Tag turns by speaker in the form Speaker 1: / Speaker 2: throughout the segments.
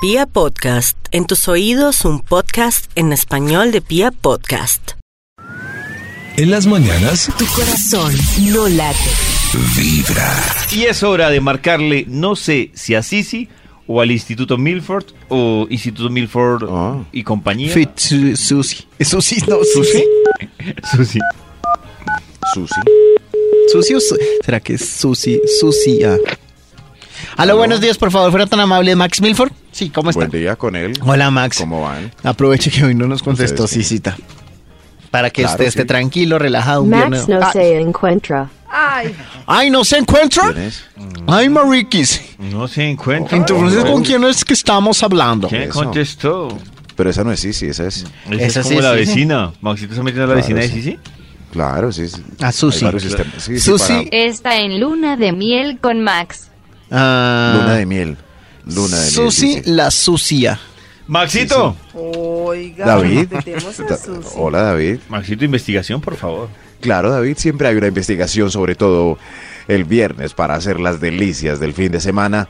Speaker 1: Pia Podcast, en tus oídos un podcast en español de Pia Podcast.
Speaker 2: En las mañanas
Speaker 3: Tu corazón no late.
Speaker 2: vibra.
Speaker 4: Y es hora de marcarle, no sé si a Sisi o al Instituto Milford o Instituto Milford
Speaker 5: Ah.
Speaker 4: y compañía.
Speaker 5: Fit su- Susi. Susi, no, Susi.
Speaker 4: Susi.
Speaker 5: Susi. Susi o Su- ¿Será que es Susi? Susi. ah.
Speaker 6: Aló, buenos días, por favor, fuera tan amable, Max Milford. Sí, ¿cómo está?
Speaker 5: Buen día con él.
Speaker 6: Hola, Max.
Speaker 5: ¿Cómo van?
Speaker 6: Aproveche que hoy no nos contestó
Speaker 5: Ustedes,
Speaker 6: Sisita. Para que
Speaker 5: Claro,
Speaker 6: usted esté
Speaker 5: sí.
Speaker 6: tranquilo, relajado. un
Speaker 7: Max
Speaker 6: viernes-
Speaker 7: no
Speaker 6: Ah,
Speaker 7: se encuentra.
Speaker 6: ¡Ay, no se encuentra!
Speaker 5: ¿Quién es?
Speaker 6: ¡Ay, Mariquis!
Speaker 4: No se encuentra.
Speaker 6: Entonces,
Speaker 5: no.
Speaker 6: ¿con quién es que estamos hablando?
Speaker 4: ¿Quién
Speaker 5: Eso.
Speaker 4: contestó?
Speaker 5: Pero esa no es Sisi, esa es.
Speaker 4: Esa
Speaker 6: Eso
Speaker 4: es
Speaker 6: sí,
Speaker 4: como la
Speaker 6: sí, sí.
Speaker 4: vecina. Maxito se metió a la
Speaker 5: Claro,
Speaker 4: vecina de
Speaker 5: sí.
Speaker 4: Sisi.
Speaker 5: Claro, sí. sí.
Speaker 6: Ah, Susi.
Speaker 5: Hay varios sistemas. este- Sí, sí,
Speaker 6: Susi.
Speaker 8: Está en luna de miel con Max.
Speaker 6: Ah,
Speaker 5: para Luna de miel. Luna de
Speaker 6: Susi,
Speaker 5: miel.
Speaker 6: la sucia.
Speaker 4: Maxito.
Speaker 5: Susi. David. Da- Hola, David.
Speaker 4: Maxito, investigación, por favor.
Speaker 5: Claro, David, siempre hay una investigación, sobre todo el viernes, para hacer las delicias del fin de semana.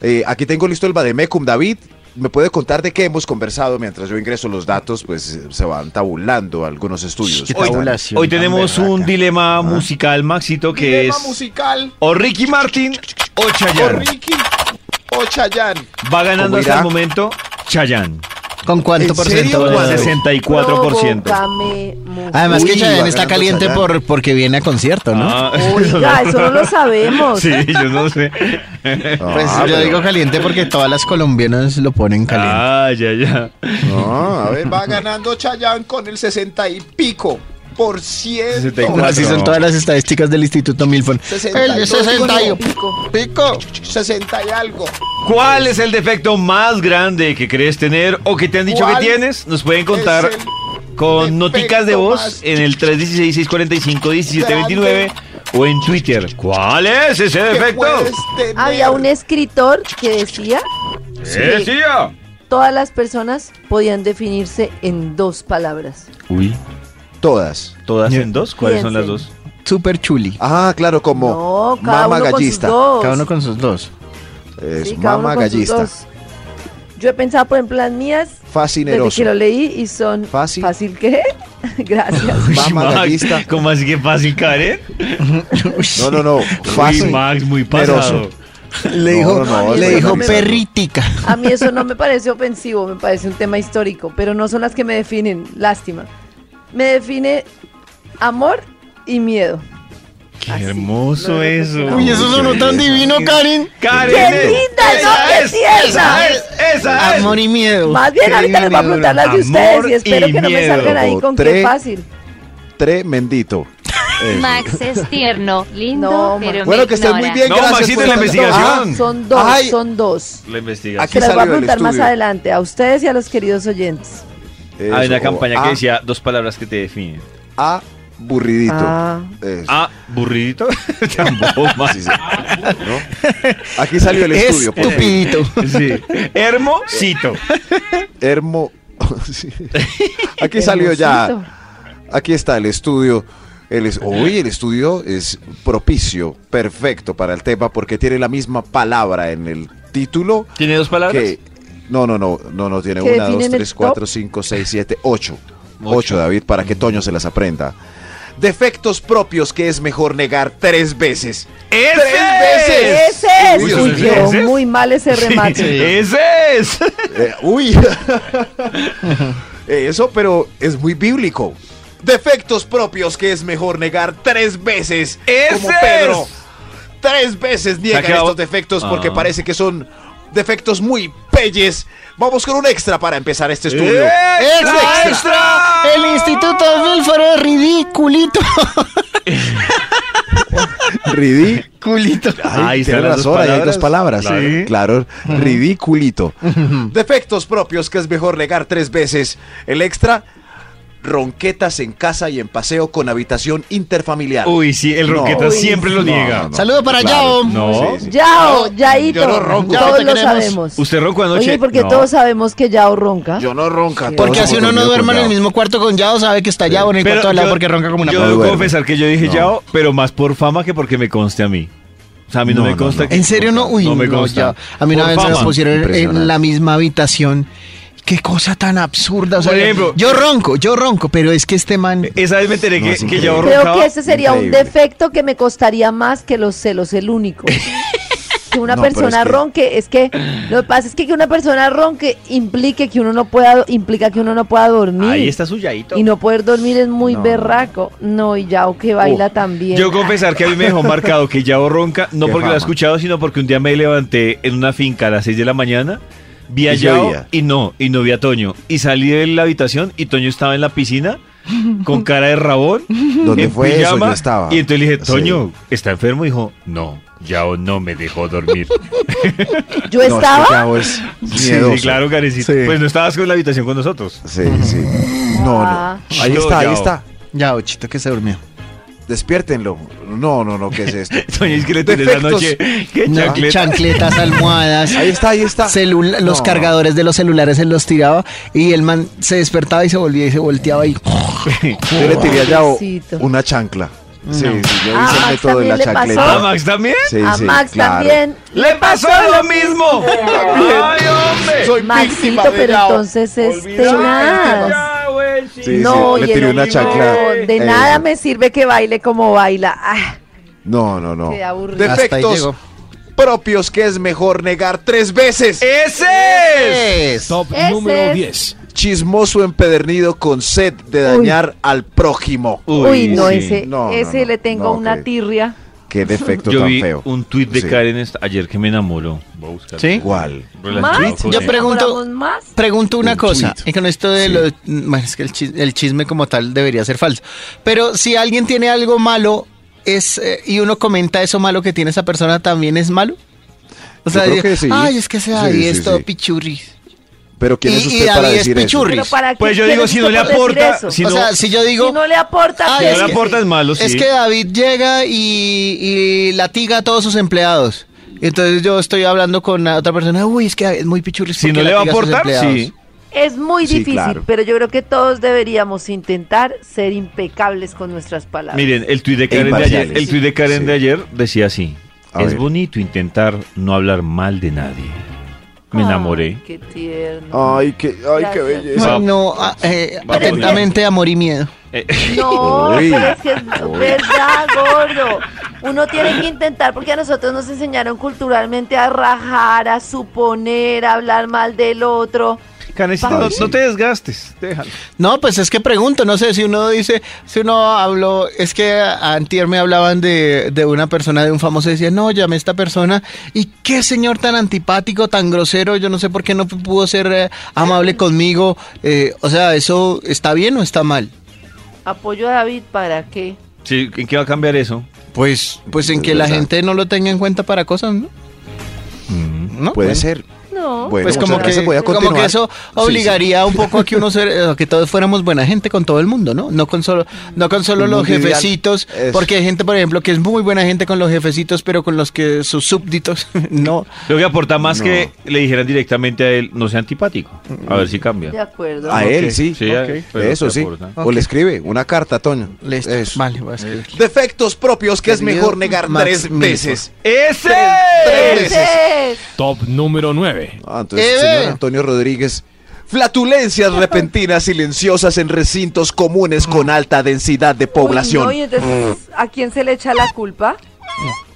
Speaker 5: Eh, aquí tengo listo el Bademecum, David. ¿Me puede contar de qué hemos conversado mientras yo ingreso los datos? Pues eh, se van tabulando algunos estudios.
Speaker 6: Qué
Speaker 5: Hoy-
Speaker 6: tabulación.
Speaker 4: Hoy tenemos
Speaker 5: berraca.
Speaker 4: un dilema musical, Maxito, que es
Speaker 5: musical
Speaker 4: o Ricky Martin o Chayanne.
Speaker 5: o Chayanne.
Speaker 4: Va ganando
Speaker 5: ¿Cómo
Speaker 4: hasta
Speaker 5: irá?
Speaker 4: el momento Chayanne.
Speaker 6: ¿Con cuánto
Speaker 5: ¿En
Speaker 6: por
Speaker 5: serio?
Speaker 6: ciento?
Speaker 5: Wow.
Speaker 4: 64%.
Speaker 7: Provócame mujer.
Speaker 6: Además
Speaker 5: Uy,
Speaker 6: que Chayanne
Speaker 5: va
Speaker 6: está
Speaker 5: ganando
Speaker 6: caliente
Speaker 5: Chayanne.
Speaker 6: por, porque viene a concierto, ¿no?
Speaker 4: Ah,
Speaker 7: Oiga, eso no lo sabemos.
Speaker 4: Sí, yo no sé.
Speaker 6: Pues
Speaker 5: ah,
Speaker 6: yo digo caliente porque todas las colombianas lo ponen caliente.
Speaker 4: Ah, ya, ya.
Speaker 5: No, a ver, va ganando.
Speaker 9: ganando Chayán con el 60 y pico por ciento.
Speaker 4: 64.
Speaker 6: Así son todas las estadísticas del Instituto Milford.
Speaker 9: 62,
Speaker 6: El 60 y pico.
Speaker 9: 60 y algo.
Speaker 4: ¿Cuál es el defecto más grande que crees tener o que te han dicho que
Speaker 9: ¿Cuál
Speaker 4: tienes? Nos pueden contar
Speaker 9: es el
Speaker 4: con
Speaker 9: defecto
Speaker 4: noticas de voz
Speaker 9: más
Speaker 4: en el 316-645-1729
Speaker 9: grande?
Speaker 4: o en Twitter. ¿Cuál es ese
Speaker 9: ¿Qué
Speaker 4: defecto?
Speaker 9: puedes tener?
Speaker 7: Había un e- escritor que decía
Speaker 4: ¿Eh, tío?
Speaker 7: todas las personas podían definirse en dos palabras.
Speaker 4: Uy,
Speaker 5: Todas.
Speaker 4: ¿todas en dos? ¿Cuáles son las dos?
Speaker 7: Piensen.
Speaker 6: Super chuli.
Speaker 5: Ah, claro, como
Speaker 7: No, cada
Speaker 5: mama
Speaker 7: uno con sus
Speaker 5: gallista.
Speaker 7: dos.
Speaker 6: Cada uno con sus dos.
Speaker 5: Es
Speaker 7: Sí, cada uno
Speaker 5: mama
Speaker 7: con sus
Speaker 5: gallista.
Speaker 7: dos. Yo he pensado, por ejemplo, las mías desde
Speaker 5: Fascineroso.
Speaker 7: que lo leí y son
Speaker 5: Fácil.
Speaker 7: ¿Fácil qué? Gracias.
Speaker 4: Uy,
Speaker 5: Mama
Speaker 4: Max,
Speaker 5: gallista.
Speaker 4: ¿Cómo así que fácil, Karen?
Speaker 5: No, no, no.
Speaker 4: Uy,
Speaker 5: Fácil.
Speaker 4: Max, muy pasado.
Speaker 5: Poderoso.
Speaker 6: Le
Speaker 5: No,
Speaker 6: dijo,
Speaker 5: no, no,
Speaker 6: le
Speaker 7: no,
Speaker 6: dijo
Speaker 7: no, no.
Speaker 6: perrítica.
Speaker 7: A mí eso no me parece ofensivo, me parece un tema histórico, pero no son las que me definen, lástima. Me define amor y miedo.
Speaker 4: Qué
Speaker 9: Ah,
Speaker 7: Así.
Speaker 4: hermoso
Speaker 7: No,
Speaker 4: eso.
Speaker 7: no, no.
Speaker 6: Uy, eso sonó tan divino, Karen.
Speaker 4: Karen.
Speaker 7: ¡Qué linda, no, qué
Speaker 4: es,
Speaker 7: tierna!
Speaker 4: esa es, esa es.
Speaker 6: Amor y miedo.
Speaker 7: Más bien,
Speaker 6: Qué
Speaker 7: ahorita les voy a
Speaker 6: divino,
Speaker 7: preguntar las de
Speaker 4: Amor
Speaker 7: ustedes y espero
Speaker 4: y
Speaker 7: que no me
Speaker 4: miedo.
Speaker 7: salgan ahí con qué
Speaker 5: Tres.
Speaker 7: fácil.
Speaker 5: Tremendito. Eso.
Speaker 8: Max es tierno, lindo,
Speaker 7: No, Max.
Speaker 8: pero
Speaker 5: Bueno,
Speaker 8: me
Speaker 5: que estés
Speaker 8: ignora.
Speaker 5: muy bien.
Speaker 4: No,
Speaker 5: gracias
Speaker 4: Maxito,
Speaker 5: por
Speaker 4: en la
Speaker 5: tanto.
Speaker 4: investigación.
Speaker 5: Ah,
Speaker 7: Son dos,
Speaker 5: Ay.
Speaker 7: son dos.
Speaker 4: La
Speaker 5: Aquí
Speaker 7: Se
Speaker 4: investigación.
Speaker 7: las voy a
Speaker 5: salió del
Speaker 7: preguntar más
Speaker 5: estudio.
Speaker 7: adelante a ustedes y a los queridos oyentes.
Speaker 5: eso, Ah,
Speaker 4: Hay una
Speaker 5: o
Speaker 4: Ah, campaña que
Speaker 5: a-
Speaker 4: decía dos palabras que te definen.
Speaker 5: Aburridito.
Speaker 7: Ah.
Speaker 5: Eso.
Speaker 4: Aburridito. Tampoco más.
Speaker 5: Sí, sí. ¿No? Aquí salió el estudio. pues.
Speaker 7: pues.
Speaker 5: por fin.
Speaker 6: Estupidito.
Speaker 4: Sí. Hermosito.
Speaker 5: Hermo. sí. Aquí salió ya.
Speaker 7: Hermosito.
Speaker 5: Aquí está el estudio. El es- Uy, el estudio es propicio, perfecto para el tema porque tiene la misma palabra en el título
Speaker 4: ¿Tiene dos palabras?
Speaker 5: que. No, no, no, no, no tiene
Speaker 7: ¿Que
Speaker 5: una, dos,
Speaker 7: definen el
Speaker 5: tres,
Speaker 7: top?
Speaker 5: cuatro, cinco, seis, siete, ocho.
Speaker 4: Ocho.
Speaker 5: Ocho, David, para que Toño se las aprenda. Defectos propios que es mejor negar tres veces.
Speaker 4: ¡Ese
Speaker 5: ¡Tres veces!
Speaker 7: Ese es,
Speaker 5: Uy,
Speaker 7: uy,
Speaker 5: ¿ese
Speaker 7: quedó
Speaker 4: es?
Speaker 7: muy mal ese
Speaker 4: Sí,
Speaker 7: remate.
Speaker 4: ¡Ese es!
Speaker 5: Eh, uy. Eh, Eso, pero es muy bíblico. Defectos propios que es mejor negar tres veces. Como
Speaker 4: ¡Ese
Speaker 5: Pedro.
Speaker 4: es!
Speaker 5: Tres veces niegan
Speaker 4: quedado-
Speaker 5: estos defectos porque
Speaker 4: Ah.
Speaker 5: parece que son defectos muy pelles. Vamos con un extra para empezar este estudio.
Speaker 4: ¡Extra, extra!
Speaker 6: El Instituto Milford es ridiculito.
Speaker 5: Ridí.
Speaker 6: Culito.
Speaker 4: Ahí
Speaker 5: Ahí
Speaker 4: están
Speaker 5: tiene
Speaker 4: las dos
Speaker 5: razón, ahí hay dos
Speaker 4: palabras.
Speaker 5: palabras.
Speaker 4: Sí.
Speaker 5: Claro, ridiculito. Defectos propios que es mejor negar tres veces. El extra, ronquetas en casa y en paseo con habitación interfamiliar.
Speaker 4: Uy, sí, el
Speaker 5: No.
Speaker 4: Roqueta
Speaker 5: Uy,
Speaker 4: siempre lo
Speaker 5: no,
Speaker 4: niega.
Speaker 5: no, no.
Speaker 6: Saludo para
Speaker 5: Claro.
Speaker 6: Yao.
Speaker 4: No.
Speaker 5: Sí, sí.
Speaker 7: Yao, Yaito,
Speaker 5: yo no ronco.
Speaker 7: todos
Speaker 6: Yao, te
Speaker 7: lo
Speaker 6: queremos.
Speaker 7: sabemos.
Speaker 4: ¿Usted ronco anoche?
Speaker 7: Oye, porque
Speaker 4: No.
Speaker 7: todos sabemos que Yao ronca.
Speaker 5: Yo no ronca.
Speaker 7: Sí.
Speaker 5: todos
Speaker 6: Porque así
Speaker 5: hemos
Speaker 6: uno no
Speaker 5: dormido
Speaker 6: duerma
Speaker 5: con
Speaker 6: en el
Speaker 5: Yao.
Speaker 6: mismo cuarto con Yao, sabe que está Yao en el
Speaker 4: Pero
Speaker 6: cuarto de al lado
Speaker 4: yo-
Speaker 6: porque ronca como una
Speaker 4: Yo
Speaker 5: No
Speaker 4: debo
Speaker 5: duerme.
Speaker 4: confesar que yo dije
Speaker 5: No.
Speaker 4: Yao, pero más por fama que porque me conste a mí. O sea, a mí no,
Speaker 5: No,
Speaker 4: me
Speaker 5: no,
Speaker 4: consta
Speaker 5: no.
Speaker 4: que-
Speaker 6: ¿En serio no? Uy,
Speaker 4: no me
Speaker 6: no,
Speaker 4: consta.
Speaker 6: ya. A mí una
Speaker 4: Por
Speaker 6: vez me
Speaker 4: fama.
Speaker 6: las pusieron en
Speaker 5: Impresionante.
Speaker 6: la misma habitación. Qué cosa tan absurda. o sea,
Speaker 4: Por ejemplo- Eh,
Speaker 6: yo ronco, yo ronco, pero es que este man...
Speaker 4: Esa vez me enteré
Speaker 5: No,
Speaker 4: que,
Speaker 5: es
Speaker 4: que
Speaker 5: increíble.
Speaker 4: yo
Speaker 5: Creo
Speaker 4: roncaba.
Speaker 7: Creo que ese sería
Speaker 5: Increíble.
Speaker 7: un defecto que me costaría más que los celos, el único. Que una
Speaker 5: No, pero
Speaker 7: persona
Speaker 5: es que-
Speaker 7: ronque, es que lo que pasa es que que una persona ronque implique que uno no pueda, implica que uno no pueda dormir.
Speaker 4: Ahí está su yaito.
Speaker 7: Y no poder dormir es muy
Speaker 5: No.
Speaker 7: berraco. No, y Yao que baila
Speaker 4: Oh,
Speaker 7: también.
Speaker 4: Yo confesar que a mí me dejó marcado que Yao ronca, no
Speaker 5: Qué
Speaker 4: porque lo
Speaker 5: fama.
Speaker 4: he escuchado, sino porque un día me levanté en una finca a las 6 de la mañana, vi a
Speaker 5: Y se
Speaker 4: Yao
Speaker 5: oía.
Speaker 4: y no, y no vi a Toño. Y salí de la habitación y Toño estaba en la piscina con cara de rabón.
Speaker 5: ¿Dónde
Speaker 4: en
Speaker 5: fue eso?
Speaker 4: pijama,
Speaker 5: Yo estaba.
Speaker 4: Y entonces le dije,
Speaker 5: Sí.
Speaker 4: Toño, ¿está enfermo? Y dijo, no, Yao no me dejó dormir.
Speaker 7: Yo
Speaker 5: No, es que
Speaker 7: estaba.
Speaker 5: Chao es
Speaker 4: sí,
Speaker 5: pues, miedoso.
Speaker 4: sí, claro, Karencita.
Speaker 6: Sí.
Speaker 4: Pues no estabas con la habitación con nosotros.
Speaker 5: Sí, sí. No, no.
Speaker 7: Ah.
Speaker 5: Ahí
Speaker 4: Yo,
Speaker 5: está, ahí
Speaker 4: Yao.
Speaker 5: está.
Speaker 6: Ya, ochito, que se durmió.
Speaker 5: Despiértenlo. No, no, no, ¿qué es esto?
Speaker 4: Toño, es que le tenés la
Speaker 5: Defectos.
Speaker 4: noche. ¿Qué
Speaker 6: No,
Speaker 4: chancleta?
Speaker 6: chancletas, almohadas.
Speaker 5: Ahí está, ahí está.
Speaker 6: celula- los
Speaker 5: No.
Speaker 6: cargadores de los celulares él los tiraba y el man se despertaba y se volvía y se volteaba y
Speaker 5: Yo le tiré a Yao
Speaker 7: Pobrecito.
Speaker 5: una chancla. Sí, sí, yo hice
Speaker 7: Ah,
Speaker 5: el
Speaker 7: Max
Speaker 5: método de la
Speaker 7: también le
Speaker 4: ¿A
Speaker 7: pasó.
Speaker 5: chancleta.
Speaker 4: Max también?
Speaker 5: ¿Ah? Sí,
Speaker 7: a
Speaker 5: sí,
Speaker 7: Max
Speaker 5: claro.
Speaker 7: también.
Speaker 4: ¡Le pasó lo mismo! ¡Ay, hombre!
Speaker 9: Soy
Speaker 7: Maxito,
Speaker 9: víctima de
Speaker 7: pero
Speaker 9: Yao.
Speaker 7: entonces es
Speaker 4: Olvidado.
Speaker 7: tenaz.
Speaker 4: Ya, güey, sí.
Speaker 5: Sí,
Speaker 7: No,
Speaker 5: sí, le
Speaker 7: y el
Speaker 5: tiré una
Speaker 7: hombre,
Speaker 5: chancla.
Speaker 7: no, De
Speaker 5: Eh,
Speaker 7: nada me sirve que baile como baila. Ah,
Speaker 5: No, no, no.
Speaker 7: Qué aburrido.
Speaker 6: Hasta ahí
Speaker 5: Defectos
Speaker 6: llegó.
Speaker 5: propios que es mejor negar tres veces.
Speaker 4: ¡Ese es!
Speaker 2: Top
Speaker 7: Ese
Speaker 2: número
Speaker 7: es.
Speaker 2: 10.
Speaker 5: Chismoso empedernido con sed de dañar al prójimo.
Speaker 7: Uy, no,
Speaker 4: sí.
Speaker 7: ese,
Speaker 5: No, no,
Speaker 7: ese
Speaker 5: no,
Speaker 7: le tengo
Speaker 5: no,
Speaker 7: una
Speaker 5: que-
Speaker 7: tirria.
Speaker 5: Qué defecto
Speaker 4: Yo
Speaker 5: tan
Speaker 4: vi
Speaker 5: feo.
Speaker 4: un tuit de
Speaker 5: Sí.
Speaker 4: Karen esta- ayer que me enamoró. Voy a buscar.
Speaker 6: ¿Sí?
Speaker 5: ¿Cuál?
Speaker 4: Relacionado
Speaker 7: ¿Más?
Speaker 4: con
Speaker 6: Yo
Speaker 4: él.
Speaker 6: pre- pregunto-
Speaker 7: ¿Enamoramos más?
Speaker 6: Pregunto una
Speaker 5: Un
Speaker 6: cosa,
Speaker 5: tuit.
Speaker 6: y con esto de
Speaker 5: Sí.
Speaker 6: lo... Bueno, es que el chis- el chisme, como tal debería ser falso. Pero si alguien tiene algo malo es eh, y uno comenta eso malo que tiene esa persona, ¿también es malo? O
Speaker 5: Yo creo
Speaker 6: digo,
Speaker 5: que sí.
Speaker 6: ay, es que ese
Speaker 5: Sí,
Speaker 6: David
Speaker 5: sí,
Speaker 6: es todo
Speaker 5: sí.
Speaker 6: pichurris.
Speaker 5: Pero ¿quién
Speaker 6: Y-
Speaker 5: es
Speaker 6: y
Speaker 5: usted
Speaker 6: David
Speaker 5: para
Speaker 6: es
Speaker 5: decir eso?
Speaker 6: pichurri.
Speaker 7: Pero para qué
Speaker 4: Pues yo digo,
Speaker 7: quieres
Speaker 4: si no le
Speaker 7: decir
Speaker 4: aporta,
Speaker 7: eso?
Speaker 4: si
Speaker 6: o
Speaker 4: no,
Speaker 6: sea, si yo digo...
Speaker 7: si no le aporta, pues,
Speaker 6: Ay,
Speaker 4: si no
Speaker 6: es
Speaker 4: le
Speaker 6: que-
Speaker 4: aporta es malo, sí.
Speaker 6: Es que David llega y, y latiga a todos sus empleados. Entonces yo estoy hablando con la otra persona, uy, es que es muy pichurris.
Speaker 4: si
Speaker 6: porque
Speaker 4: no le va a
Speaker 6: latiga sus
Speaker 4: aportar,
Speaker 6: empleados".
Speaker 4: sí.
Speaker 7: es muy
Speaker 5: Sí,
Speaker 7: difícil,
Speaker 5: claro.
Speaker 7: pero yo creo que todos deberíamos intentar ser impecables con nuestras palabras.
Speaker 4: Miren, el tuit de Karen de
Speaker 5: E imparciales.
Speaker 4: ayer, el tuit de Karen
Speaker 5: Sí.
Speaker 4: de ayer decía así.
Speaker 5: A
Speaker 4: es
Speaker 5: ver.
Speaker 4: bonito intentar no hablar mal de nadie. Me
Speaker 7: Ay,
Speaker 4: Ah. enamoré.
Speaker 7: qué tierno.
Speaker 5: Ay, qué, ay, qué
Speaker 7: Gracias.
Speaker 5: belleza.
Speaker 6: Ay, no, ah, eh,
Speaker 4: Va a poner.
Speaker 6: atentamente amor y miedo.
Speaker 4: Eh,
Speaker 7: No,
Speaker 5: Uy.
Speaker 7: pero es que es verdad, gordo. Uno tiene que intentar porque a nosotros nos enseñaron culturalmente a rajar, a suponer, a hablar mal del otro.
Speaker 4: Karencita,
Speaker 5: Ay,
Speaker 4: no,
Speaker 5: sí.
Speaker 4: no te desgastes. Déjalo.
Speaker 6: No, pues es que pregunto, no sé, si uno dice, si uno habló, es que antier me hablaban de, de una persona, de un famoso, y decía, no, llamé a esta persona, y qué señor tan antipático, tan grosero, yo no sé por qué no pudo ser eh, amable conmigo, eh, o sea, ¿eso está bien o está mal?
Speaker 7: Apoyo a David para qué.
Speaker 4: Sí, ¿En qué va a cambiar eso?
Speaker 6: Pues, pues en
Speaker 5: Es
Speaker 6: que la
Speaker 5: verdad.
Speaker 6: gente no lo tenga en cuenta para cosas, ¿no? ¿No?
Speaker 5: Puede
Speaker 6: Bueno.
Speaker 5: ser.
Speaker 7: No.
Speaker 5: Bueno,
Speaker 6: Pues
Speaker 5: muchas
Speaker 6: como que,
Speaker 5: gracias, voy a
Speaker 6: como
Speaker 5: continuar.
Speaker 6: que eso obligaría un poco a que uno ser, eh, a que todos fuéramos buena gente con todo el mundo, ¿no? No con solo, no con solo
Speaker 5: Un
Speaker 6: los
Speaker 5: mundo ideal.
Speaker 6: jefecitos,
Speaker 5: Eso.
Speaker 6: porque hay gente, por ejemplo, que es muy buena gente con los jefecitos, pero con los que sus súbditos no.
Speaker 4: Lo que aporta más
Speaker 5: No.
Speaker 4: que le dijeran directamente a él, no sea antipático. A ver si cambia.
Speaker 7: De acuerdo.
Speaker 5: A él, sí.
Speaker 4: Sí, a- pero
Speaker 5: Eso
Speaker 4: te
Speaker 5: sí.
Speaker 4: aporta.
Speaker 5: O le escribe una carta, Toño.
Speaker 6: Listo.
Speaker 5: Eso.
Speaker 6: Vale, voy a escribir.
Speaker 5: Defectos propios que es
Speaker 6: Querido
Speaker 5: mejor negar
Speaker 6: Max
Speaker 5: tres
Speaker 6: Milford.
Speaker 5: veces.
Speaker 4: ¡Ese!
Speaker 5: Tres
Speaker 7: Ese
Speaker 5: veces.
Speaker 7: es.
Speaker 2: Top número 9.
Speaker 5: Ah, entonces,
Speaker 6: ¡Eve!
Speaker 5: señor Antonio Rodríguez. Flatulencias repentinas silenciosas en recintos comunes con alta densidad de población.
Speaker 7: Uy, pues, no, y entonces, ¿a quién se le echa la culpa?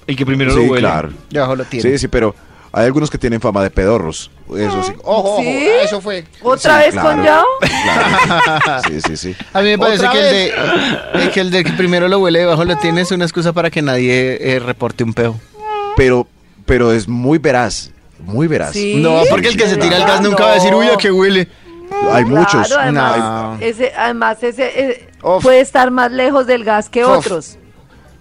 Speaker 4: El que primero lo
Speaker 5: sí,
Speaker 4: huele.
Speaker 5: claro.
Speaker 6: Ya abajo lo tiene.
Speaker 5: Sí, sí, pero hay algunos que tienen fama de pedorros. Eso sí.
Speaker 9: Ojo, ojo,
Speaker 7: ¿Sí?
Speaker 6: ah,
Speaker 9: eso fue.
Speaker 7: ¿Otra
Speaker 5: Sí,
Speaker 7: vez
Speaker 5: claro.
Speaker 7: con Yao?
Speaker 5: Claro. Sí, sí, sí.
Speaker 6: A mí me parece
Speaker 9: ¿Otra
Speaker 6: que el, de, eh, que el de que primero lo huele debajo lo tiene es una excusa para que nadie eh, reporte un peo.
Speaker 5: Pero, pero es muy veraz. Muy veraz.
Speaker 7: Sí.
Speaker 6: No, porque el que se tira el gas nunca va a decir, uy, a qué huele.
Speaker 5: Hay muchos.
Speaker 7: Claro, además, ese, además ese eh, puede estar más lejos del gas que
Speaker 6: Of.
Speaker 7: otros.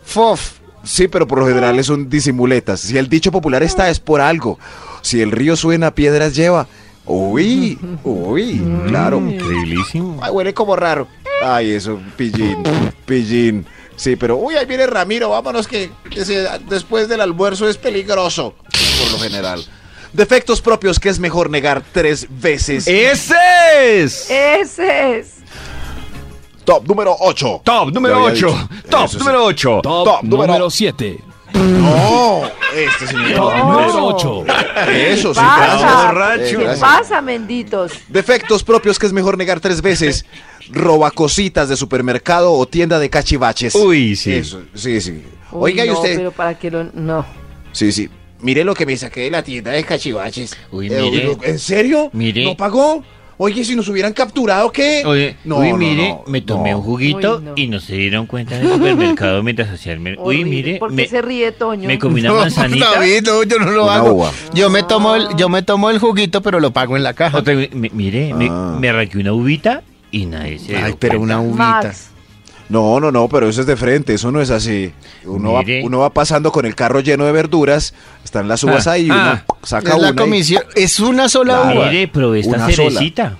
Speaker 6: Fof.
Speaker 5: Sí, pero por lo general son disimuletas. Si el dicho popular está, es por algo. Si el río suena, piedras lleva. Uy, uy, claro.
Speaker 4: Mm. Increíblísimo.
Speaker 9: Ay, huele como raro.
Speaker 5: Ay, eso, pillín, pillín. Sí, pero uy,
Speaker 9: Uy, ahí viene Ramiro, vámonos que, que se- después del almuerzo es peligroso.
Speaker 5: por lo general. Defectos propios que es mejor negar tres veces.
Speaker 9: Eh.
Speaker 4: ¡Ese es!
Speaker 5: Eh.
Speaker 7: Ese es.
Speaker 5: Top número 8.
Speaker 4: Top número 8. Top número 8.
Speaker 2: Top,
Speaker 5: Top número-
Speaker 2: número 7.
Speaker 5: No, este señor.
Speaker 7: No.
Speaker 5: Eso sí,
Speaker 7: pasa?
Speaker 5: claro.
Speaker 4: borracho.
Speaker 5: Eh,
Speaker 7: ¿Qué
Speaker 5: gracias.
Speaker 7: pasa, menditos?
Speaker 5: Defectos propios que es mejor negar tres veces. Roba cositas de supermercado o tienda de cachivaches.
Speaker 4: Uy, sí.
Speaker 5: Eso, sí, sí.
Speaker 7: Uy,
Speaker 5: Oiga, y
Speaker 7: no,
Speaker 5: usted.
Speaker 7: Pero para que lo. No.
Speaker 5: Sí, sí. Mire lo que me saqué de la tienda de cachivaches.
Speaker 9: Uy,
Speaker 5: Eh,
Speaker 9: mire.
Speaker 5: ¿En serio?
Speaker 9: Mire.
Speaker 5: ¿No pagó? Oye, si nos hubieran capturado, ¿qué?
Speaker 9: Oye,
Speaker 5: no,
Speaker 9: uy,
Speaker 5: no,
Speaker 9: mire,
Speaker 5: no,
Speaker 9: me tomé
Speaker 5: no.
Speaker 9: un juguito
Speaker 7: Uy, no.
Speaker 9: y no se dieron cuenta del supermercado mientras hacía el mer- Uy,
Speaker 7: Horrible.
Speaker 9: mire,
Speaker 7: ¿Por qué
Speaker 9: me,
Speaker 7: se ríe, Toño?
Speaker 9: me comí una
Speaker 6: No,
Speaker 9: manzanita.
Speaker 6: David, no, yo no lo
Speaker 5: Una
Speaker 6: hago.
Speaker 5: uva.
Speaker 6: Yo me tomo el, yo me tomo el juguito, pero lo pago en la caja.
Speaker 9: otra- mi- mire, me,
Speaker 5: Ah.
Speaker 9: me arranqué una uvita y nadie se
Speaker 6: Ay,
Speaker 9: dio
Speaker 6: pero
Speaker 9: cuenta.
Speaker 6: una uvita.
Speaker 7: Max.
Speaker 5: No, no, no, pero eso es de frente, eso no es así. Uno, va,
Speaker 9: Mire.
Speaker 5: uno va pasando con el carro lleno de verduras, están las uvas
Speaker 9: Ah,
Speaker 5: ahí, uno
Speaker 9: ah.
Speaker 5: saca
Speaker 6: Es la
Speaker 5: una. y-
Speaker 6: comisión. Es una sola
Speaker 5: Claro.
Speaker 6: uva.
Speaker 9: Mire, probé esta
Speaker 5: Una sola.
Speaker 9: cerecita.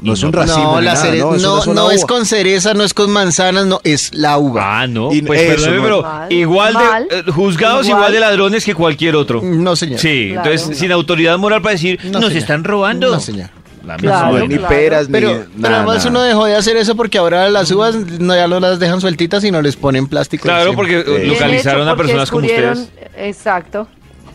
Speaker 5: no es
Speaker 9: y
Speaker 5: un
Speaker 9: no-
Speaker 5: racimo,
Speaker 6: No,
Speaker 5: ni
Speaker 6: la
Speaker 5: nada,
Speaker 6: cere-
Speaker 5: no, es una
Speaker 6: no,
Speaker 5: sola
Speaker 6: no es
Speaker 5: uva.
Speaker 6: con cereza, no es con manzanas, no, es la uva.
Speaker 9: Ah, no.
Speaker 5: Y-
Speaker 9: pues
Speaker 5: eso
Speaker 4: perdóneme,
Speaker 5: no-
Speaker 4: pero
Speaker 7: Mal,
Speaker 4: igual de
Speaker 7: mal,
Speaker 4: eh, juzgados
Speaker 7: igual.
Speaker 4: igual. de ladrones que cualquier otro.
Speaker 5: Mm,
Speaker 6: No, señor.
Speaker 4: Sí,
Speaker 7: Claro.
Speaker 4: entonces sin autoridad moral para decir,
Speaker 6: No,
Speaker 4: nos
Speaker 6: señor.
Speaker 4: están robando.
Speaker 6: No, señor.
Speaker 4: La
Speaker 7: Claro,
Speaker 5: No
Speaker 4: misma-
Speaker 5: es ni
Speaker 7: claro.
Speaker 5: peras,
Speaker 6: Pero,
Speaker 5: ni
Speaker 6: pero
Speaker 5: nada,
Speaker 6: además
Speaker 5: nada.
Speaker 6: uno dejó de hacer eso porque ahora las uvas no, ya no las dejan sueltitas, sino les ponen plástico.
Speaker 4: Claro,
Speaker 6: encima.
Speaker 4: porque eh,
Speaker 5: Bien
Speaker 4: localizaron
Speaker 7: Bien hecho,
Speaker 4: a
Speaker 7: porque
Speaker 4: personas como
Speaker 7: descubrieron-
Speaker 4: ustedes.
Speaker 7: Exacto.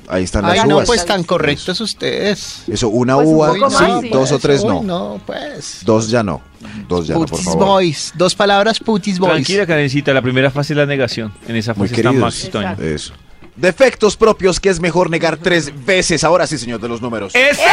Speaker 5: Ahí están las
Speaker 6: Ay, no,
Speaker 5: uvas.
Speaker 6: pues tan correctos ustedes.
Speaker 5: Eso, una
Speaker 7: Pues un
Speaker 5: uva,
Speaker 7: poco
Speaker 5: sí,
Speaker 7: más, sí.
Speaker 5: dos o tres
Speaker 6: Uy,
Speaker 5: no.
Speaker 6: No, pues.
Speaker 5: Dos ya no. Dos ya no, por
Speaker 6: Putis
Speaker 5: favor.
Speaker 6: boys. Dos palabras, putis boys.
Speaker 4: Tranquila, Karencita, la primera fase es la negación. En esa
Speaker 5: Muy
Speaker 6: Pues
Speaker 4: fase está
Speaker 5: queridos.
Speaker 4: Max y Toño.
Speaker 7: Exacto.
Speaker 5: Eso. Defectos propios que es mejor negar tres veces. Ahora sí, señor de los números.
Speaker 6: Eh.
Speaker 4: ¡Ese!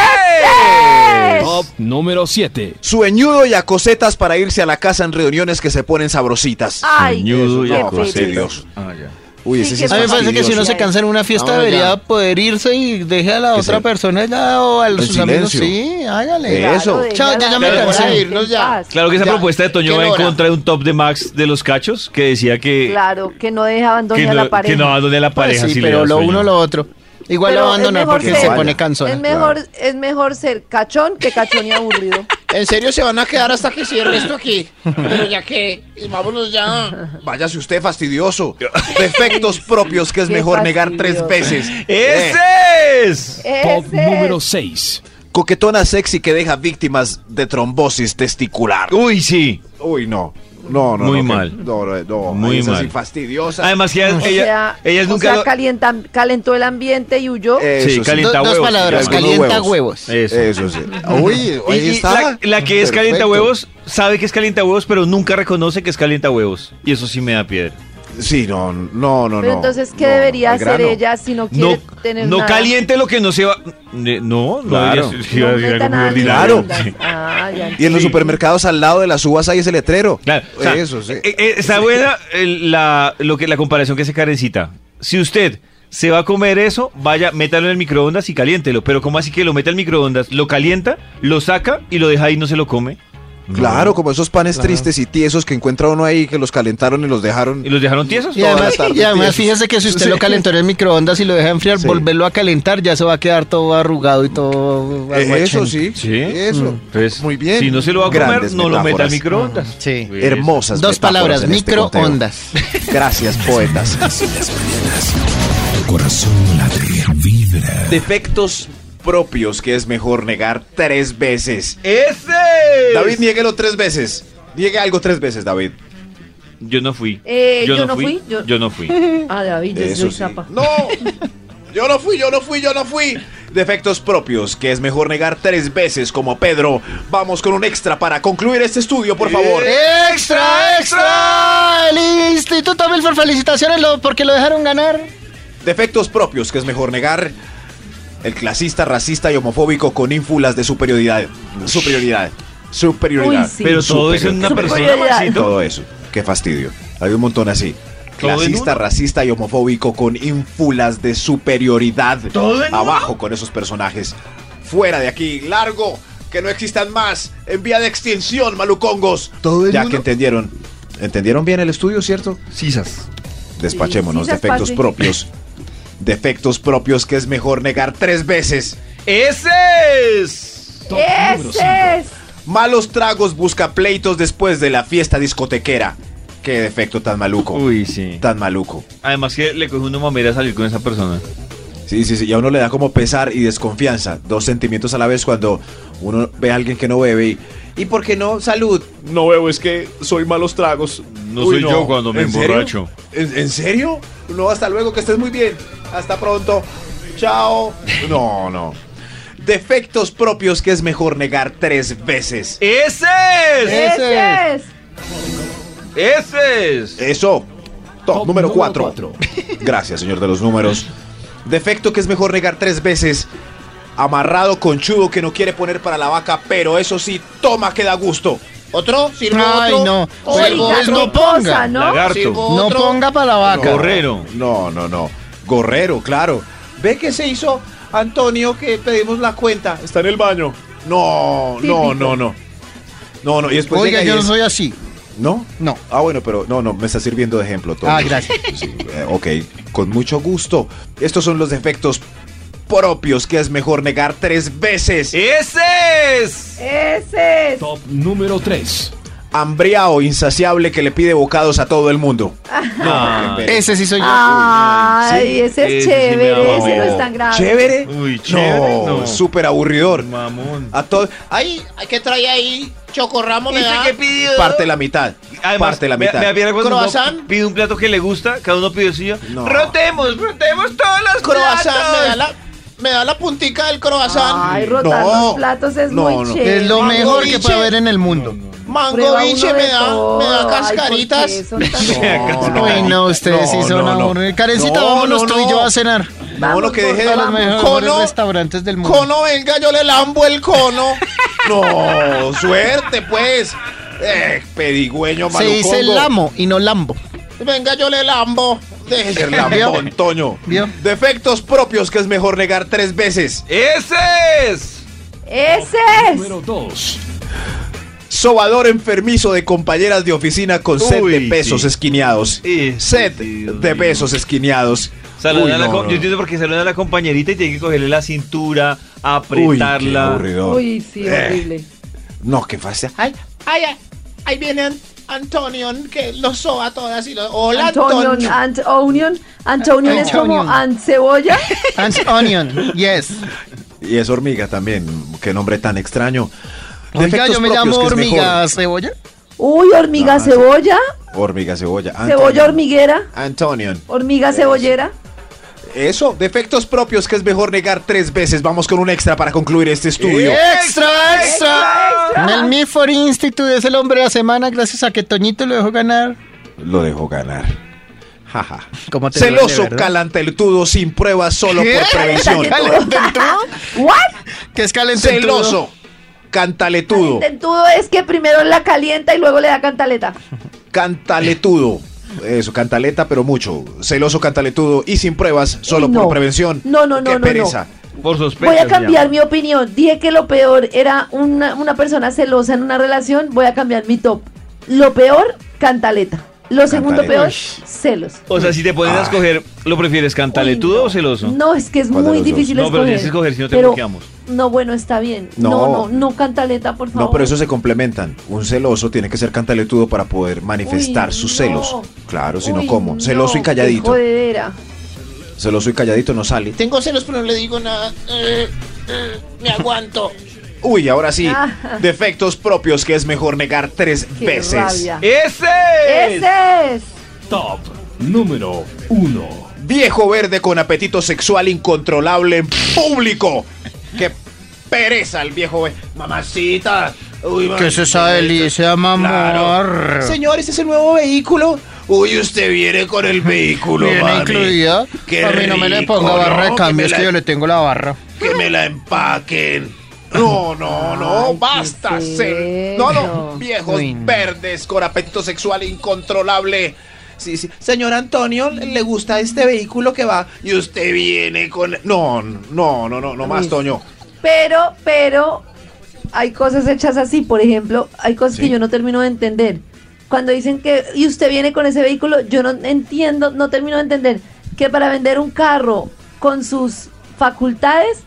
Speaker 5: Eh.
Speaker 2: Top número 7.
Speaker 5: Sueñudo y a cosetas para irse a la casa en reuniones que se ponen sabrositas.
Speaker 7: Ay,
Speaker 4: Ñudo y
Speaker 7: qué
Speaker 4: acoso.
Speaker 7: feliz.
Speaker 5: Dios.
Speaker 4: Ah, ya.
Speaker 5: Uy,
Speaker 7: Sí,
Speaker 5: ese sí
Speaker 7: que
Speaker 5: es
Speaker 6: A mí me parece Ah, que si uno
Speaker 5: fastidioso.
Speaker 6: se cansa en una fiesta
Speaker 5: Ahora ya.
Speaker 6: debería poder irse y deje a la
Speaker 5: Que
Speaker 6: otra
Speaker 5: se-
Speaker 6: persona ya o a los-
Speaker 5: En
Speaker 6: sus amigos.
Speaker 5: silencio.
Speaker 6: Sí, hágale.
Speaker 5: Claro, Eso.
Speaker 7: deja
Speaker 6: Chao,
Speaker 7: la-
Speaker 6: yo ya me
Speaker 7: la-
Speaker 6: cansé
Speaker 7: la-
Speaker 6: de irnos ya.
Speaker 7: en paz.
Speaker 4: Claro que esa
Speaker 6: Ya.
Speaker 4: propuesta de Toño
Speaker 6: ¿Qué
Speaker 4: va en
Speaker 6: hora?
Speaker 4: contra de un top de Max de los cachos que decía que,
Speaker 7: Claro, que no deja abandonar
Speaker 4: que,
Speaker 7: a la
Speaker 4: no,
Speaker 7: pareja.
Speaker 4: que no abandone a la
Speaker 6: Pues
Speaker 4: pareja.
Speaker 6: sí,
Speaker 4: si le
Speaker 6: pero
Speaker 4: da
Speaker 6: lo
Speaker 4: sueño.
Speaker 6: uno lo otro. Igual
Speaker 7: Pero
Speaker 6: lo
Speaker 7: es
Speaker 6: abandonar
Speaker 7: mejor
Speaker 6: porque
Speaker 7: ser-
Speaker 6: se pone ¿eh?
Speaker 7: Es
Speaker 6: cansona.
Speaker 7: mejor, es mejor ser cachón que cachón y aburrido.
Speaker 9: ¿En serio se van a quedar hasta que cierre esto aquí? Pero ya que, vámonos ya.
Speaker 5: Váyase usted fastidioso. Defectos propios que es
Speaker 7: Qué
Speaker 5: mejor negar tres
Speaker 7: fastidio.
Speaker 5: veces. Eh,
Speaker 4: ¡Ese es!
Speaker 2: Top
Speaker 7: Ese
Speaker 2: número
Speaker 7: es.
Speaker 2: 6.
Speaker 5: coquetona sexy que deja víctimas de trombosis testicular.
Speaker 4: Uy, sí.
Speaker 5: Uy, no. No, no.
Speaker 4: Muy
Speaker 5: no, que-
Speaker 4: mal.
Speaker 5: no, no, no,
Speaker 4: Muy
Speaker 5: esa sí
Speaker 4: mal.
Speaker 5: fastidiosa.
Speaker 4: Además, que ellas,
Speaker 7: O
Speaker 4: ellas-
Speaker 7: sea,
Speaker 4: ellas
Speaker 7: o
Speaker 4: nunca.
Speaker 7: sea,
Speaker 4: lo- Eh,
Speaker 7: calientan- calentó el ambiente y huyó.
Speaker 5: Eso
Speaker 4: sí,
Speaker 6: Do-
Speaker 4: calienta
Speaker 6: dos
Speaker 4: huevos.
Speaker 6: palabras,
Speaker 5: Algunos
Speaker 6: calienta
Speaker 5: huevos.
Speaker 6: huevos.
Speaker 4: Eso.
Speaker 5: Eso sí. Uy,
Speaker 4: Y-
Speaker 5: ahí
Speaker 4: y
Speaker 5: está.
Speaker 4: la, la que es
Speaker 5: Perfecto.
Speaker 4: calienta huevos sabe que es calienta huevos, pero nunca reconoce que es calienta huevos. Y eso sí me da piedra.
Speaker 5: Sí, no, no, no.
Speaker 7: Pero
Speaker 5: no,
Speaker 7: entonces, ¿qué
Speaker 5: no, no,
Speaker 7: debería
Speaker 5: al
Speaker 7: hacer
Speaker 5: grano.
Speaker 7: ella si no
Speaker 4: No,
Speaker 7: quiere tener
Speaker 4: no
Speaker 7: nada?
Speaker 4: caliente lo que no se va. Ne- No, no.
Speaker 5: Claro.
Speaker 4: debería ser-
Speaker 7: No
Speaker 4: debería ser
Speaker 7: meta
Speaker 4: algo muy
Speaker 7: nada en
Speaker 4: ordinario.
Speaker 5: Claro.
Speaker 7: las ondas. Ah, ya
Speaker 5: Y en los
Speaker 4: Sí.
Speaker 5: supermercados al lado de las uvas hay ese letrero.
Speaker 4: Claro, o sea,
Speaker 5: Eso sí.
Speaker 4: eh, eh, está buena el- la, lo que, la comparación que hace Karencita. Si usted se va a comer eso, vaya, métalo en el microondas y caliéntelo. Pero ¿cómo así que lo mete al microondas? Lo calienta, lo saca y lo deja ahí y no se lo come.
Speaker 5: Claro, como esos panes tristes y tiesos que encuentra uno ahí que los calentaron y los dejaron.
Speaker 4: ¿Y los dejaron tiesos?
Speaker 6: Y
Speaker 5: Toda
Speaker 6: además,
Speaker 5: la tarde
Speaker 6: y además
Speaker 5: tiesos.
Speaker 6: fíjese que si usted
Speaker 5: Sí.
Speaker 6: lo calentó en el microondas y lo deja enfriar,
Speaker 5: Sí.
Speaker 6: volverlo a calentar ya se va a quedar todo arrugado y todo.
Speaker 5: Eh, eso
Speaker 6: aguachento.
Speaker 5: sí.
Speaker 4: Sí.
Speaker 5: Eso.
Speaker 4: Entonces,
Speaker 5: Muy bien.
Speaker 4: Si no se lo va a comer,
Speaker 5: Grandes
Speaker 4: no lo meta
Speaker 5: metáforas.
Speaker 4: al microondas.
Speaker 6: Sí.
Speaker 4: Pues,
Speaker 5: Hermosas.
Speaker 6: Dos
Speaker 5: metáforas
Speaker 6: palabras,
Speaker 5: en este conteo.
Speaker 6: microondas.
Speaker 5: Gracias, poetas.
Speaker 2: Tu corazón late. Vibra.
Speaker 5: Defectos propios que es mejor negar tres veces.
Speaker 4: ¡Ese!
Speaker 5: David, niéguelo tres veces. Niegue algo tres veces, David.
Speaker 4: Yo no fui.
Speaker 7: Eh, yo no fui, yo-
Speaker 4: Yo... no fui.
Speaker 7: Ah, David, yo
Speaker 5: Eso
Speaker 7: soy
Speaker 5: sí.
Speaker 7: chapa.
Speaker 5: No. Yo no fui, yo no fui, yo no fui. Defectos propios que es mejor negar tres veces como Pedro. Vamos con un extra para concluir este estudio, por favor.
Speaker 6: ¡Extra, extra! El Instituto Milford, felicitaciones lo- porque lo dejaron ganar.
Speaker 5: Defectos propios que es mejor negar. El clasista, racista y homofóbico con ínfulas de superioridad. Superioridad. Superioridad.
Speaker 7: Uy, sí.
Speaker 4: Pero todo eso
Speaker 5: Superior-
Speaker 4: en una persona,
Speaker 7: Superioridad.
Speaker 4: Maxito.
Speaker 5: Todo eso. Qué fastidio. Hay un montón así.
Speaker 4: Todo en
Speaker 5: Clasista,
Speaker 4: uno.
Speaker 5: racista y homofóbico con ínfulas de superioridad.
Speaker 4: Todo en
Speaker 5: Abajo con esos personajes. Fuera de aquí, largo, que no existan más. En vía de extinción, malucongos.
Speaker 6: Todo en
Speaker 5: ya
Speaker 6: uno.
Speaker 5: que entendieron. ¿Entendieron bien el estudio, cierto?
Speaker 4: Sisas.
Speaker 5: Despachémonos,
Speaker 7: Sí, sí,
Speaker 5: defectos
Speaker 7: despache.
Speaker 5: propios. Defectos propios que es mejor negar tres veces.
Speaker 4: ¡Ese es!
Speaker 7: ¡Ese es!
Speaker 5: Malos tragos busca pleitos después de la fiesta discotequera. Qué defecto tan maluco.
Speaker 4: Uy, sí.
Speaker 5: Tan maluco.
Speaker 4: Además que le coge una mamera salir con esa persona.
Speaker 5: Sí, sí, sí. Y a uno le da como pesar y desconfianza. Dos sentimientos a la vez cuando uno ve a alguien que no bebe y,
Speaker 10: ¿Y por qué no salud?
Speaker 11: No veo, es que soy malos tragos.
Speaker 4: No soy yo cuando me
Speaker 11: ¿En serio?
Speaker 4: emborracho.
Speaker 11: ¿En, en serio?
Speaker 9: No, hasta luego, que estés muy bien. Hasta pronto. Chao.
Speaker 5: No, no.
Speaker 10: Defectos propios que es mejor negar tres veces.
Speaker 4: ¡Ese es!
Speaker 7: Ese es.
Speaker 4: ¡Ese es!
Speaker 5: Eso. Top, número 4. Gracias, señor de los números.
Speaker 10: Defecto que es mejor negar tres veces. Amarrado conchudo que no quiere poner para la vaca, pero eso sí, toma que da gusto.
Speaker 9: ¿Otro? ¿Sirve
Speaker 6: Ay,
Speaker 9: otro?
Speaker 6: no.
Speaker 9: ¿Sirvo
Speaker 7: Oiga,
Speaker 6: Pues
Speaker 9: otro?
Speaker 6: no ponga.
Speaker 7: ¿no?
Speaker 4: Lagarto.
Speaker 9: Sirvo
Speaker 6: No
Speaker 9: otro.
Speaker 6: ponga para la vaca.
Speaker 4: Correro.
Speaker 5: No, no, no. Gorrero, claro.
Speaker 10: ¿Ve que se hizo Antonio que pedimos la cuenta?
Speaker 11: Está en el baño.
Speaker 5: No, no, no, no. No, no, y después
Speaker 6: Oiga,
Speaker 5: llega pues, y
Speaker 6: yo no
Speaker 5: es-
Speaker 6: soy así.
Speaker 5: ¿No?
Speaker 6: No.
Speaker 5: Ah, bueno, pero no, no, me está sirviendo de ejemplo todo.
Speaker 6: Ah, gracias.
Speaker 5: Sí, eh, ok, con mucho gusto. Estos son los defectos propios que es mejor negar tres veces.
Speaker 4: ¡Ese es!
Speaker 7: Ese es.
Speaker 2: Top número 3.
Speaker 5: Hambriao, insaciable que le pide bocados a todo el mundo.
Speaker 4: Ah.
Speaker 6: Ese sí soy yo.
Speaker 7: Ay,
Speaker 4: Sí,
Speaker 7: ese es
Speaker 4: ese sí me
Speaker 7: chévere,
Speaker 4: da
Speaker 7: ese no
Speaker 4: mamón.
Speaker 7: es tan grave.
Speaker 5: ¿Chévere?
Speaker 4: Uy, chévere,
Speaker 5: No, Ah,
Speaker 4: no.
Speaker 5: súper aburridor.
Speaker 4: Mamón.
Speaker 5: A todo,
Speaker 9: Ay, ¿qué trae ahí? Chocorramo me da.
Speaker 4: pidió?
Speaker 5: parte la mitad.
Speaker 4: Además,
Speaker 5: parte la
Speaker 4: me-
Speaker 5: mitad.
Speaker 4: Me, aviera cuando uno
Speaker 9: ¿Croissant?
Speaker 4: pide un plato que le gusta, cada uno pide el suyo.
Speaker 5: No.
Speaker 4: Rotemos, rotemos todos los
Speaker 9: Croissant, me da
Speaker 4: platos.
Speaker 9: la, me da la puntica del croissant.
Speaker 7: Ay, rotar
Speaker 5: No.
Speaker 7: los platos es
Speaker 5: No,
Speaker 7: muy
Speaker 5: no.
Speaker 7: chévere.
Speaker 6: Es lo
Speaker 9: Mango
Speaker 5: eh,
Speaker 6: mejor que
Speaker 9: biche.
Speaker 6: puede haber en el mundo.
Speaker 9: Mango
Speaker 7: Prueba
Speaker 9: biche
Speaker 7: uno
Speaker 9: me
Speaker 7: de
Speaker 9: da,
Speaker 7: todo.
Speaker 9: me
Speaker 7: Ay,
Speaker 9: da
Speaker 7: ¿por qué
Speaker 9: cascaritas.
Speaker 7: son tan-
Speaker 5: No, no.
Speaker 6: Uy, no, ustedes sí
Speaker 5: No,
Speaker 6: son
Speaker 5: no, no.
Speaker 6: aburridos. Karencita,
Speaker 5: No,
Speaker 6: vámonos
Speaker 5: no,
Speaker 6: tú y
Speaker 5: no. Eh,
Speaker 6: yo a cenar.
Speaker 5: No, lo que deje de
Speaker 6: A los
Speaker 5: la-
Speaker 6: mejores
Speaker 9: cono,
Speaker 6: restaurantes del mundo.
Speaker 9: Cono, venga, yo le lambo el cono.
Speaker 5: No,
Speaker 9: Suerte, pues.
Speaker 5: eh, pedigüeño
Speaker 6: Se dice
Speaker 5: malucongo.
Speaker 6: lamo y no lambo.
Speaker 9: Venga, yo le lambo. Deje
Speaker 5: El lambón, Toño.
Speaker 6: ¿Vio?
Speaker 5: Defectos propios que es mejor negar tres veces.
Speaker 4: ¡Ese es!
Speaker 7: Ese es.
Speaker 2: Número 2.
Speaker 5: Sobador enfermizo de compañeras de oficina con set
Speaker 4: Uy,
Speaker 5: de pesos
Speaker 4: sí.
Speaker 5: esquineados.
Speaker 4: Sí,
Speaker 5: set
Speaker 4: sí, Dios
Speaker 5: de
Speaker 4: mío.
Speaker 5: pesos esquineados.
Speaker 4: Saludan
Speaker 5: Uy,
Speaker 4: a la
Speaker 5: no,
Speaker 4: com-
Speaker 5: no.
Speaker 4: Yo entiendo porque saludan a la compañerita y tiene que cogerle la cintura,
Speaker 5: Uy, qué
Speaker 4: apretarla.
Speaker 5: aburridor.
Speaker 7: Uy, sí,
Speaker 5: Eh,
Speaker 7: horrible.
Speaker 5: No, qué fácil.
Speaker 9: Ay, ay, ay, ahí viene An- Antonio, que los soba todas y los. Hola, Antonio.
Speaker 7: Antonio, Ant Onion. Antonion es como
Speaker 6: Antonion.
Speaker 7: Ant Cebolla.
Speaker 6: And onion, yes.
Speaker 5: Y es hormiga también. Qué nombre tan extraño.
Speaker 6: Oiga,
Speaker 5: Defectos
Speaker 6: yo me
Speaker 5: propios,
Speaker 6: llamo
Speaker 5: que es
Speaker 6: hormiga cebolla.
Speaker 7: Uy, hormiga
Speaker 5: Ah, sí.
Speaker 7: cebolla.
Speaker 5: mejor. Hormiga, cebolla.
Speaker 7: Cebolla
Speaker 5: Antonion.
Speaker 7: hormiguera.
Speaker 5: Antonion.
Speaker 7: Hormiga cebollera.
Speaker 5: Eso, defectos propios que es mejor negar tres veces. Vamos con un extra para concluir este estudio.
Speaker 9: Eh.
Speaker 6: ¡Extra, extra! En el Me For Institute es el hombre de la semana gracias a que Toñito lo dejó ganar.
Speaker 5: Lo dejó ganar. Jaja.
Speaker 6: Como te
Speaker 5: Celoso,
Speaker 6: duele, ¿verdad?
Speaker 5: calenteltudo, sin pruebas, solo
Speaker 6: ¿Qué?
Speaker 5: por prevención.
Speaker 6: ¿Calententudo?
Speaker 7: ¿What?
Speaker 6: ¿Qué es calententudo?
Speaker 5: Celoso, cantaletudo,
Speaker 7: Tentudo es que primero la calienta y luego le da cantaleta.
Speaker 5: cantaletudo. Eso, cantaleta, pero mucho. Celoso, cantaletudo y sin pruebas, solo
Speaker 7: no.
Speaker 5: por prevención.
Speaker 7: No, no, no,
Speaker 5: Qué
Speaker 7: no, no.
Speaker 5: pereza.
Speaker 4: Por sospecha.
Speaker 7: Voy a cambiar mi opinión. Dije que lo peor era una, una persona celosa en una relación. Voy a cambiar mi top. Lo peor, cantaleta. Lo segundo
Speaker 5: Cantaleta.
Speaker 7: peor, celos.
Speaker 4: O sea, si te ponen a
Speaker 5: Ah.
Speaker 4: escoger, ¿lo prefieres cantaletudo
Speaker 7: Uy, no.
Speaker 4: o celoso?
Speaker 7: No, es que es
Speaker 5: ¿Cuál de
Speaker 7: muy
Speaker 5: los dos?
Speaker 7: difícil
Speaker 4: No, pero
Speaker 7: escoger.
Speaker 4: tienes que escoger, si no te
Speaker 7: Pero-
Speaker 4: bloqueamos.
Speaker 7: No, bueno, está bien. No,
Speaker 5: No.
Speaker 7: no, no, cantaleta, por favor.
Speaker 5: No, pero eso se complementan. Un celoso tiene que ser cantaletudo para poder manifestar
Speaker 7: Uy,
Speaker 5: sus
Speaker 7: no.
Speaker 5: celos. Claro, si no,
Speaker 7: Uy,
Speaker 5: ¿cómo? Celoso
Speaker 7: no,
Speaker 5: y
Speaker 7: qué
Speaker 5: calladito.
Speaker 7: Jodedera.
Speaker 5: Celoso y calladito no sale.
Speaker 9: Tengo celos, pero no le digo nada. Eh, eh, me aguanto.
Speaker 5: Uy, ahora sí.
Speaker 7: Ah.
Speaker 5: Defectos propios que es mejor negar tres
Speaker 7: Qué
Speaker 5: veces.
Speaker 7: rabia.
Speaker 4: ¡Ese es!
Speaker 7: Ese es.
Speaker 2: Top número 1.
Speaker 5: Viejo verde con apetito sexual incontrolable en público. Qué pereza el viejo verde.
Speaker 9: Mamacita. Uy,
Speaker 6: ¿Qué es esa delicia, mamor?
Speaker 9: Señor, este es el nuevo vehículo.
Speaker 5: Uy, usted viene con el vehículo,
Speaker 6: Viene
Speaker 5: mami.
Speaker 6: incluida.
Speaker 5: Qué
Speaker 6: a mí no me le
Speaker 5: rico,
Speaker 6: ponga barra
Speaker 5: ¿no?
Speaker 6: de cambio, es que
Speaker 5: Que me
Speaker 6: yo
Speaker 5: la-
Speaker 6: le tengo la barra.
Speaker 5: Que me la empaquen.
Speaker 9: No, no, no,
Speaker 7: Ay, qué
Speaker 9: basta. se- No,
Speaker 7: feo.
Speaker 9: no, viejos
Speaker 6: Uy, no.
Speaker 9: verdes con apetito sexual incontrolable. Sí, sí. Señor Antonio, le gusta este vehículo que va.
Speaker 5: Y usted viene con... No, no, no, no, no más,
Speaker 7: Uy.
Speaker 5: Toño.
Speaker 7: Pero, pero, hay cosas hechas así. Por ejemplo, hay cosas
Speaker 5: Sí.
Speaker 7: que yo no termino de entender. Cuando dicen que, y usted viene con ese vehículo, yo no entiendo, no termino de entender que para vender un carro con sus facultades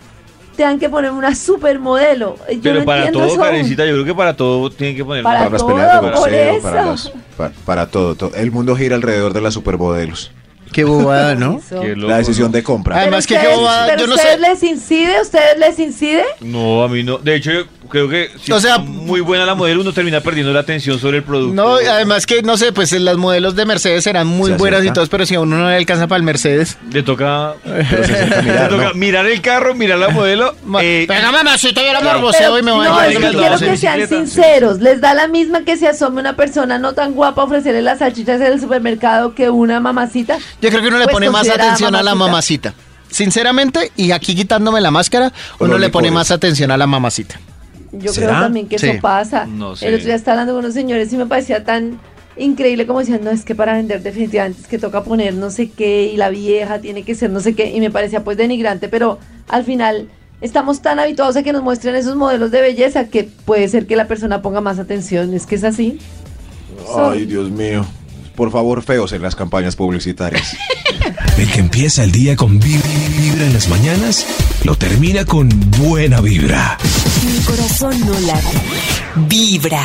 Speaker 7: tengan que poner una supermodelo. Yo
Speaker 4: Pero
Speaker 7: no
Speaker 4: para
Speaker 7: entiendo
Speaker 4: todo,
Speaker 7: eso aún.
Speaker 4: Karencita, yo creo que para todo tienen que poner.
Speaker 7: Para
Speaker 5: Para las
Speaker 7: todo,
Speaker 5: peleas de
Speaker 7: por
Speaker 5: boxeo, para,
Speaker 7: eso.
Speaker 5: las- pa- para todo, todo. El mundo gira alrededor de las supermodelos.
Speaker 6: Qué bobada, ¿no?
Speaker 7: Eso.
Speaker 4: Qué
Speaker 5: La
Speaker 4: loco,
Speaker 5: decisión
Speaker 4: ¿no?
Speaker 5: de compra.
Speaker 6: Además que
Speaker 7: ustedes-
Speaker 6: yo, ah,
Speaker 7: pero
Speaker 6: yo no
Speaker 7: ustedes
Speaker 6: sé-
Speaker 7: les incide, ustedes les incide.
Speaker 4: No, a mí no. De hecho, yo creo que si
Speaker 6: O sea,
Speaker 4: es muy buena la modelo, uno termina perdiendo la atención sobre el producto.
Speaker 6: No, eh, además que, no sé, pues las modelos de Mercedes serán muy
Speaker 4: Se
Speaker 6: buenas y
Speaker 4: acerca.
Speaker 6: todas, pero si a uno no le alcanza para el Mercedes.
Speaker 4: Le toca,
Speaker 6: se acerca a
Speaker 4: le
Speaker 6: mirar,
Speaker 4: toca mirar el carro, mirar la modelo. eh,
Speaker 6: Venga, mamacita, yo la
Speaker 4: Claro.
Speaker 6: morboseo y me voy
Speaker 7: no,
Speaker 6: a
Speaker 7: es que quiero que sean sinceros. Les da la misma que se asome una persona no tan guapa a ofrecerle las salchichas en el supermercado que una mamacita.
Speaker 6: Yo creo que uno le
Speaker 7: Pues
Speaker 6: pone más
Speaker 7: considera
Speaker 6: atención a la mamacita. Sinceramente, y aquí quitándome la máscara,
Speaker 5: Con
Speaker 6: uno
Speaker 5: los
Speaker 6: le pone
Speaker 5: licores.
Speaker 6: más atención a la mamacita.
Speaker 7: Yo
Speaker 5: ¿Será?
Speaker 7: creo también que
Speaker 6: Sí.
Speaker 7: eso pasa.
Speaker 4: No sé.
Speaker 7: El otro día estaba hablando con unos señores y me parecía tan increíble como decían, no, es que para vender definitivamente es que toca poner no sé qué y la vieja tiene que ser no sé qué y me parecía pues denigrante, pero al final estamos tan habituados a que nos muestren esos modelos de belleza que puede ser que la persona ponga más atención, es que es así.
Speaker 10: Ay, Dios mío.
Speaker 5: Por favor, feos en las campañas publicitarias.
Speaker 12: El que empieza el día con vi- vi- vibra en las mañanas, lo termina con buena vibra.
Speaker 3: Mi corazón no late. Vibra.